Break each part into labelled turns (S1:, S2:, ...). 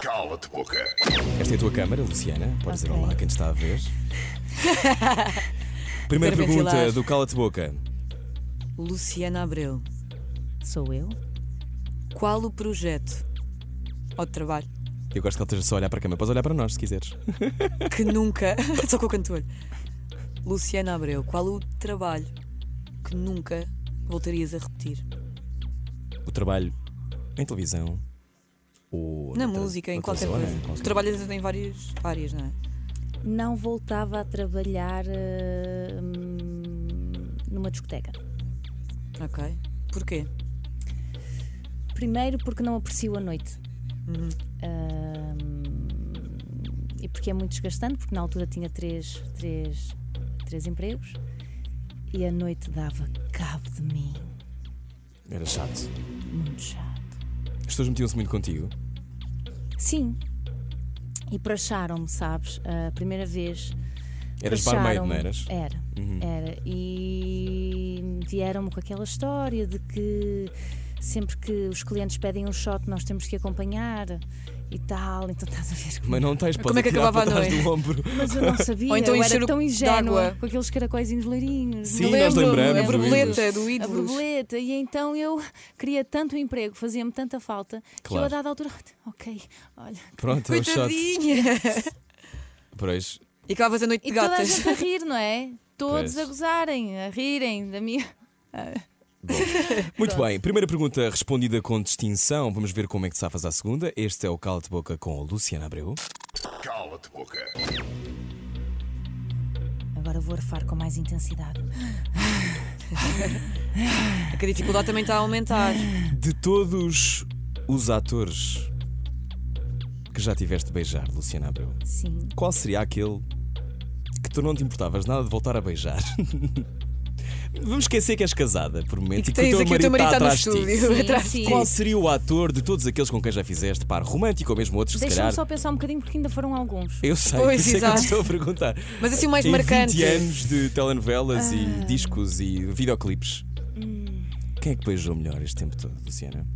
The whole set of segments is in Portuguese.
S1: Cala-te, boca.
S2: Esta é a tua câmara, Luciana. Podes dizer olá a quem te está a ver. Primeira
S3: Quero
S2: pergunta
S3: ventilar.
S2: do Cala-te Boca.
S3: Luciana Abreu,
S4: Sou eu?
S3: qual o projeto ou trabalho
S2: Eu gosto que ele esteja só a olhar para a câmara. Podes olhar para nós se quiseres.
S3: que nunca. Só com o cantor. Luciana Abreu, qual o trabalho que nunca voltarias a repetir?
S2: O trabalho em televisão ou.
S3: Na
S2: noutra-
S3: música, em
S2: noutra
S3: qualquer
S2: zona,
S3: coisa.
S2: em
S3: Tu
S2: qualquer-
S3: trabalhas em várias áreas, não é?
S4: Não voltava a trabalhar eh, hum, numa discoteca.
S3: Ok. Porquê?
S4: Primeiro porque não aprecio a noite.
S3: Uhum.
S4: Hum, e porque é muito desgastante, porque na altura tinha três, três, três empregos e a noite dava cabo de mim.
S2: Era chato.
S4: Muito chato.
S2: As pessoas metiam-se muito contigo.
S4: Sim. E praxaram-me, sabes? A primeira vez.
S2: Eras Uhum.
S4: praxaram-me-
S2: barmaid, não eras?
S4: Era,
S3: É.
S4: era. E vieram-me com aquela história de que sempre que os clientes pedem um shot, nós temos que acompanhar e tal. Então estás a ver como.
S2: Mas não tens, podes
S3: Como é que
S2: atirar
S3: acabava
S2: para
S3: a
S2: trás do ombro.
S4: Mas eu não sabia,
S3: Ou então
S4: eu
S3: encher
S4: era
S3: o
S4: tão
S3: copo
S4: ingênua
S3: d'água.
S4: com aqueles caracóizinhos larinhos.
S2: Sim,
S3: Eu
S2: nós
S3: lembro-me,
S2: lembramos
S3: A
S2: do
S3: borboleta é do
S4: A
S3: ídolos.
S4: borboleta, e então eu queria tanto um emprego, fazia-me tanta falta, que eu
S2: Claro.
S4: a dada altura, ok, olha,
S2: Pronto, é o shot.
S3: Coitadinha!
S2: Pois,
S3: E acabavas a noite
S4: E
S3: de
S4: toda a
S3: gatas.
S4: gente a rir, não é? Todos
S2: Pois.
S4: a gozarem, a rirem da minha.
S2: Muito bem, primeira pergunta respondida com distinção. Vamos ver como é que safas à segunda. Este é o Cala de Boca com a Luciana Abreu.
S1: Cala-te, boca.
S4: Agora vou arfar com mais intensidade.
S3: É que a dificuldade também está a aumentar.
S2: De todos os atores que já tiveste de beijar, Luciana Abreu,
S4: Sim.
S2: qual seria aquele que tu não te importavas nada de voltar a beijar? Vamos esquecer que és casada por um momento
S3: E
S2: e
S3: que
S2: que,
S3: tens
S2: o teu
S3: aqui o
S2: marido
S3: teu marido
S2: está
S3: está no
S2: atrás de ti.
S3: estúdio.
S4: Sim,
S3: atrás de
S4: sim.
S3: ti.
S2: Qual seria o ator de todos aqueles com quem já fizeste par romântico ou mesmo outros, que se
S4: Deixa-me
S2: calhar?
S4: só pensar um bocadinho porque ainda foram alguns.
S2: Eu sei,
S3: Pois,
S2: por isso é que eu te
S3: exato.
S2: estou a perguntar.
S3: Mas assim, o mais
S2: em
S3: marcante. Ah.
S2: 20 anos de telenovelas e discos e videoclipes.
S4: Hum.
S2: Quem é que beijou melhor este tempo todo, Luciana?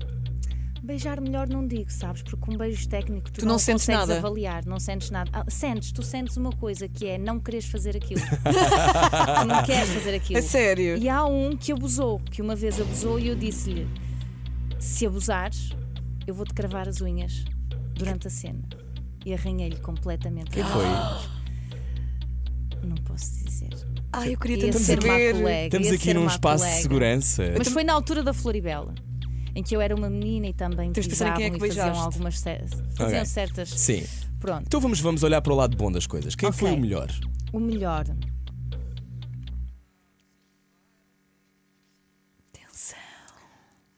S4: Beijar melhor não digo, sabes? Porque um beijo técnico tu,
S3: Tu não sentes
S4: consegues
S3: nada.
S4: avaliar, não sentes nada. Ah, sentes, tu sentes uma coisa que é não queres fazer aquilo. tu não queres fazer aquilo.
S3: A É sério.
S4: E há um que abusou, que uma vez abusou e eu disse-lhe: se abusares, eu vou-te cravar as unhas durante a cena. E arranhei-lhe completamente.
S2: Quem foi?
S4: Não posso dizer.
S3: Ai, eu queria
S4: Ia
S3: tanto
S4: ser má
S3: saber.
S4: colega.
S2: Estamos
S4: É ia
S2: aqui
S4: ser
S2: num
S4: má
S2: espaço de
S4: colega.
S2: segurança.
S3: Então-
S4: Mas foi na altura da Floribela, em que eu era uma menina e também
S3: Temos de pensar em quem é que
S4: pisavam e faziam
S3: beijaste.
S4: algumas ce- faziam
S2: Ok.
S4: certas.
S2: Sim.
S4: Pronto.
S2: Então vamos, vamos olhar para o lado bom das coisas. Quem
S4: Ok.
S2: foi o melhor?
S4: O melhor.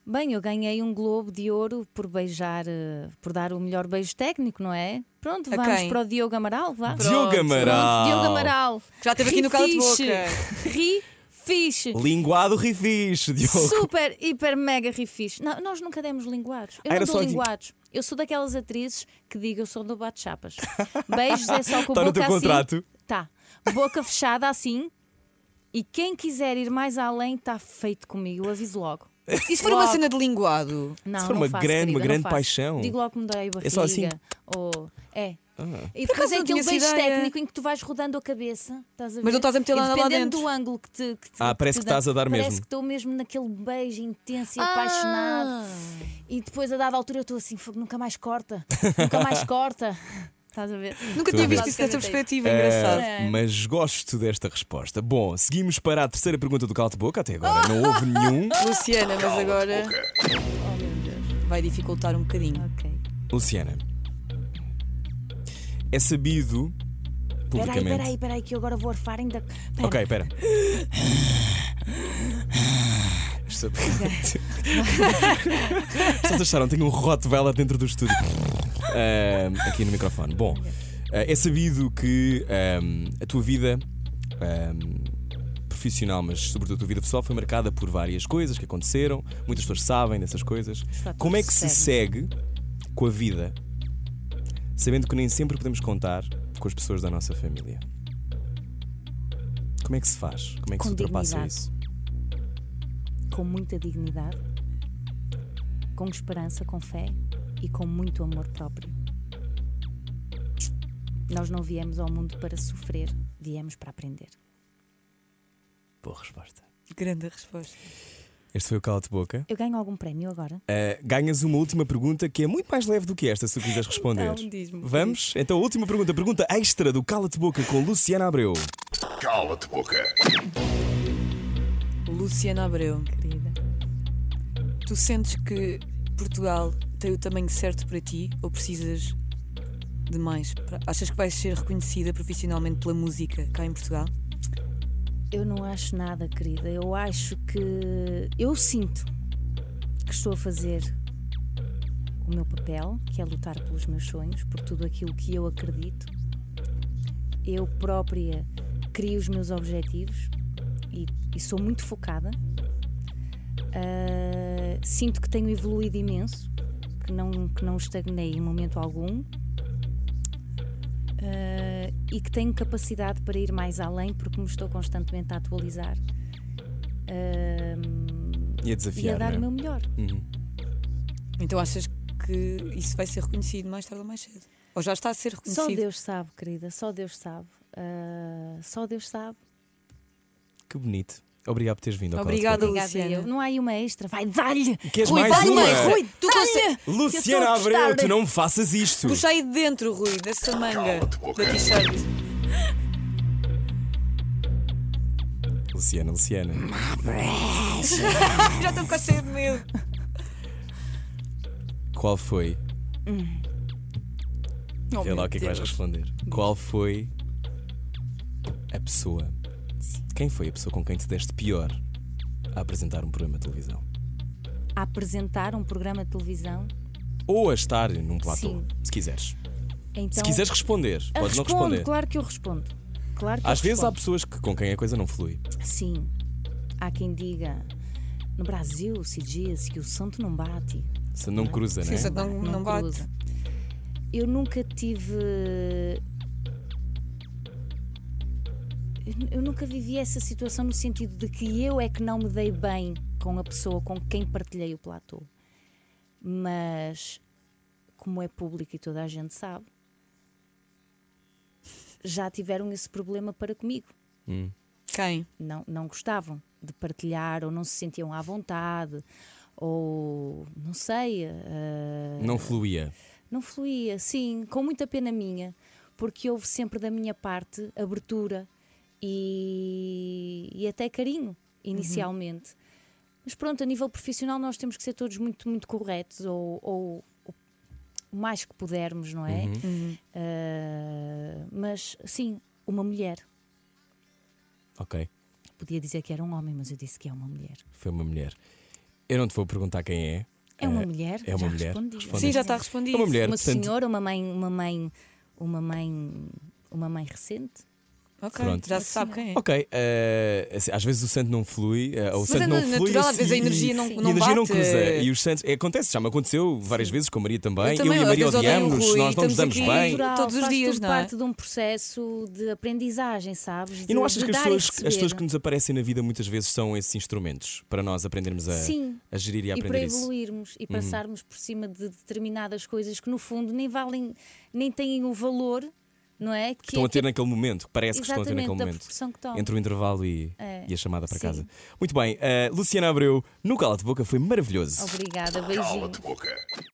S4: Bem, eu ganhei um Globo de Ouro por beijar, eh, por dar o melhor beijo técnico, não é? Pronto,
S3: A
S4: vamos
S3: quem?
S4: para o Diogo Amaral, vá.
S2: Diogo Amaral.
S4: Pronto, Diogo Amaral.
S3: Já esteve aqui no Cala de
S4: Rifiche.
S3: Boca.
S4: Ri fixe.
S2: Linguado rifiche, Diogo.
S4: Super, hiper, mega rifixe. Não, nós nunca demos linguados. Eu
S2: Ah, era
S4: não
S2: só
S4: dou
S2: de-
S4: linguados. Eu sou daquelas atrizes que digo eu sou do bate-chapas. Beijos é só com a
S2: Tá
S4: boca
S2: no teu
S4: assim.
S2: contrato?
S4: Tá. Boca fechada assim. E quem quiser ir mais além está feito comigo. Eu aviso logo.
S3: E se for uma cena de linguado?
S4: Não,
S2: Se for
S4: não
S2: uma
S4: faço,
S2: grande- uma
S4: querida, não
S2: grande
S4: faço.
S2: paixão.
S4: Digo logo que me dói a barriga.
S2: É só assim? Ah.
S4: Ou... É. E
S3: Por
S4: depois
S3: acaso
S4: é
S3: não tinha
S4: aquele
S3: essa
S4: beijo
S3: ideia.
S4: técnico em que tu vais rodando a cabeça. Estás a ver?
S3: Mas não estás a meter
S4: E
S3: nada lá
S4: Dependendo
S3: dentro.
S4: do ângulo que te. que te-
S2: Ah, parece
S4: te
S2: que
S4: dá-
S2: estás a dar
S4: Parece
S2: mesmo.
S4: que estou mesmo naquele beijo intenso e
S3: Ah!
S4: apaixonado. E depois, a dada altura, eu estou assim, fogo, nunca mais corta. Nunca mais corta. Estás a ver?
S3: Nunca
S2: Estou a
S3: tinha
S2: ver.
S3: visto isso dessa perspectiva, é
S2: Ah,
S3: engraçado.
S4: É.
S2: mas gosto desta resposta. Bom, seguimos para a terceira pergunta do Cala de Boca. Até agora não houve nenhum.
S3: Luciana, mas
S1: Cala-te,
S3: agora
S1: boca.
S3: vai dificultar um bocadinho.
S4: Ok.
S2: Luciana, é sabido
S4: Peraí,
S2: publicamente.
S4: peraí, peraí, que eu agora vou arfar ainda. Pera.
S2: Ok, espera. Estou- Vocês acharam? Tenho um Rottweiler dentro do estúdio. Ahm, aqui no microfone. Bom, ah, é sabido que ahm, a tua vida ahm, profissional, mas sobretudo a tua vida pessoal, foi marcada por várias coisas que aconteceram. Muitas pessoas sabem dessas coisas.
S4: fatores
S2: Como é que se segue com a vida, sabendo que nem sempre podemos contar com as pessoas da nossa família? Como é que se faz? Como é que
S4: Com
S2: se ultrapassa
S4: dignidade.
S2: isso?
S4: Com muita dignidade, com esperança, com fé e com muito amor próprio. Nós não viemos ao mundo para sofrer, viemos para aprender.
S2: Boa resposta.
S3: Grande resposta.
S2: Este foi o Cala de Boca.
S4: Eu ganho algum prémio agora?
S2: Uh, ganhas uma última pergunta que é muito mais leve do que esta, se tu quiseres responder.
S3: Então, diz-me, por
S2: Vamos? Então, última pergunta. Pergunta extra do Cala-te Boca com Luciana Abreu.
S1: Cala-te boca.
S3: Luciana Abreu,
S4: Querida.
S3: tu sentes que Portugal tem o tamanho certo para ti ou precisas de mais? Pra- Achas que vais ser reconhecida profissionalmente pela música cá em Portugal?
S4: Eu não acho nada, querida. Eu acho que. Eu sinto que estou a fazer o meu papel, que é lutar pelos meus sonhos, por tudo aquilo que eu acredito. Eu própria crio os meus objetivos e, e sou muito focada. Ah, sinto que tenho evoluído imenso, que não, que não estagnei em momento algum. Uh, e que tenho capacidade para ir mais além porque me estou constantemente a atualizar um,
S2: E a
S4: e a
S2: desafiar,
S4: dar o
S2: não é?
S4: meu melhor.
S2: Uhum.
S3: Então achas que isso vai ser reconhecido mais tarde ou mais cedo? Ou já está a ser reconhecido?
S4: Só Deus sabe, querida, só Deus sabe. Uh, só Deus sabe.
S2: Que bonito. Obrigado por teres vindo ao
S3: Obrigada,
S2: Cala-te
S4: Obrigada,
S3: Luciana.
S4: eu. Não há aí uma extra. Vai, dá-lhe!
S2: Boca. Queres
S3: Rui,
S2: mais
S3: dá-lhe
S2: uma?
S1: Ah.
S3: mais, Rui, É tu consegues.
S2: Luciana
S4: Eu estou a
S2: Abreu,
S4: gostar.
S2: tu não me faças isto.
S3: Puxa aí de dentro, Rui, dessa manga
S1: Cala-te, boca.
S3: da t-shirt.
S2: Luciana, Luciana.
S3: Já estou a ficar cheio de medo.
S2: Qual foi?
S3: Oh,
S2: Vê
S3: meu
S2: lá o que é que vais
S3: Deus.
S2: responder. Qual foi a pessoa? Quem foi a pessoa com quem te deste pior a apresentar um programa de televisão?
S4: A apresentar um programa de televisão.
S2: Ou a estar num platô,
S4: Sim.
S2: se quiseres.
S4: Então,
S2: Se quiseres responder,
S4: Ah,
S2: podes não
S4: respondo,
S2: responder.
S4: Claro que eu respondo. Claro que
S2: Às
S4: eu
S2: vezes há
S4: respondo.
S2: pessoas que, com quem a coisa não flui.
S4: Sim, há quem diga. No Brasil se diz que o santo não bate.
S2: Se não cruza, não
S3: Sim, só
S2: é?
S3: não, não bate.
S4: cruza. Eu nunca tive. Eu- Eu nunca vivi essa situação no sentido de que eu é que não me dei bem com a pessoa com quem partilhei o platô. Mas, como é público e toda a gente sabe, já tiveram esse problema para comigo
S3: Quem?
S4: não, não gostavam de partilhar ou não se sentiam à vontade ou não sei, eh,
S2: Não fluía.
S4: não fluía, sim, com muita pena minha, porque houve sempre da minha parte abertura e, e até carinho
S2: Uhum.
S4: inicialmente. Mas pronto, a nível profissional nós temos que ser todos muito, muito corretos ou, ou o mais que pudermos, não é?
S2: Uhum.
S4: Eh, mas sim, uma mulher.
S2: Ok,
S4: Podia dizer que era um homem, mas eu disse que é uma mulher.
S2: foi uma mulher. Eu não te vou perguntar quem é.
S4: É uma mulher?
S2: É uma
S4: Já
S2: mulher.
S4: respondi.
S2: Respondeste.
S3: Sim, já está respondido.
S2: É uma mulher,
S4: Uma
S2: portanto,
S4: senhora, uma mãe, uma mãe, uma mãe, uma mãe recente.
S3: Ok,
S2: Pronto.
S3: já se sabe quem é.
S2: Ok, eh, assim, às vezes o santo não flui, eh, ou o
S3: Mas
S2: santo
S3: é
S2: não
S3: na-
S2: flui.
S3: natural,
S2: e-
S3: às vezes a
S2: e-
S3: energia não-
S2: e
S3: não
S2: a energia não
S3: bate.
S2: cruza. E os santos, é, acontece, já me aconteceu várias vezes com a Maria também.
S3: Eu também,
S2: e a
S3: às
S2: Maria
S3: vezes odeio o
S2: odiamos,
S3: Rui,
S2: nós não nos
S3: estamos
S2: damos
S3: aqui-
S2: bem.
S4: Natural,
S3: todos os
S4: faz
S3: dias,
S4: tudo
S3: não é?
S4: parte de um processo de aprendizagem, sabes?
S2: E não
S4: De-
S2: achas
S4: de
S2: que as
S4: dar e
S2: pessoas, as pessoas
S4: receber.
S2: que nos aparecem na vida muitas vezes são esses instrumentos para nós aprendermos a,
S4: Sim.
S2: a gerir e a
S4: e para
S2: aprender isso? Uhum.
S4: evoluirmos e passarmos por cima de determinadas coisas que no fundo nem valem, nem têm o valor, não é? Que
S2: Que estão
S4: é
S2: a ter naquele momento, que parece que estão a ter
S4: Exatamente,
S2: naquele
S4: da
S2: momento.
S4: proporção que tomam.
S2: Entre o intervalo e,
S4: É,
S2: e a chamada para
S4: sim.
S2: casa. Muito bem, eh, Luciana Abreu, no Cala de Boca foi maravilhoso.
S4: Obrigada, beijinho.
S1: Cala-te boca.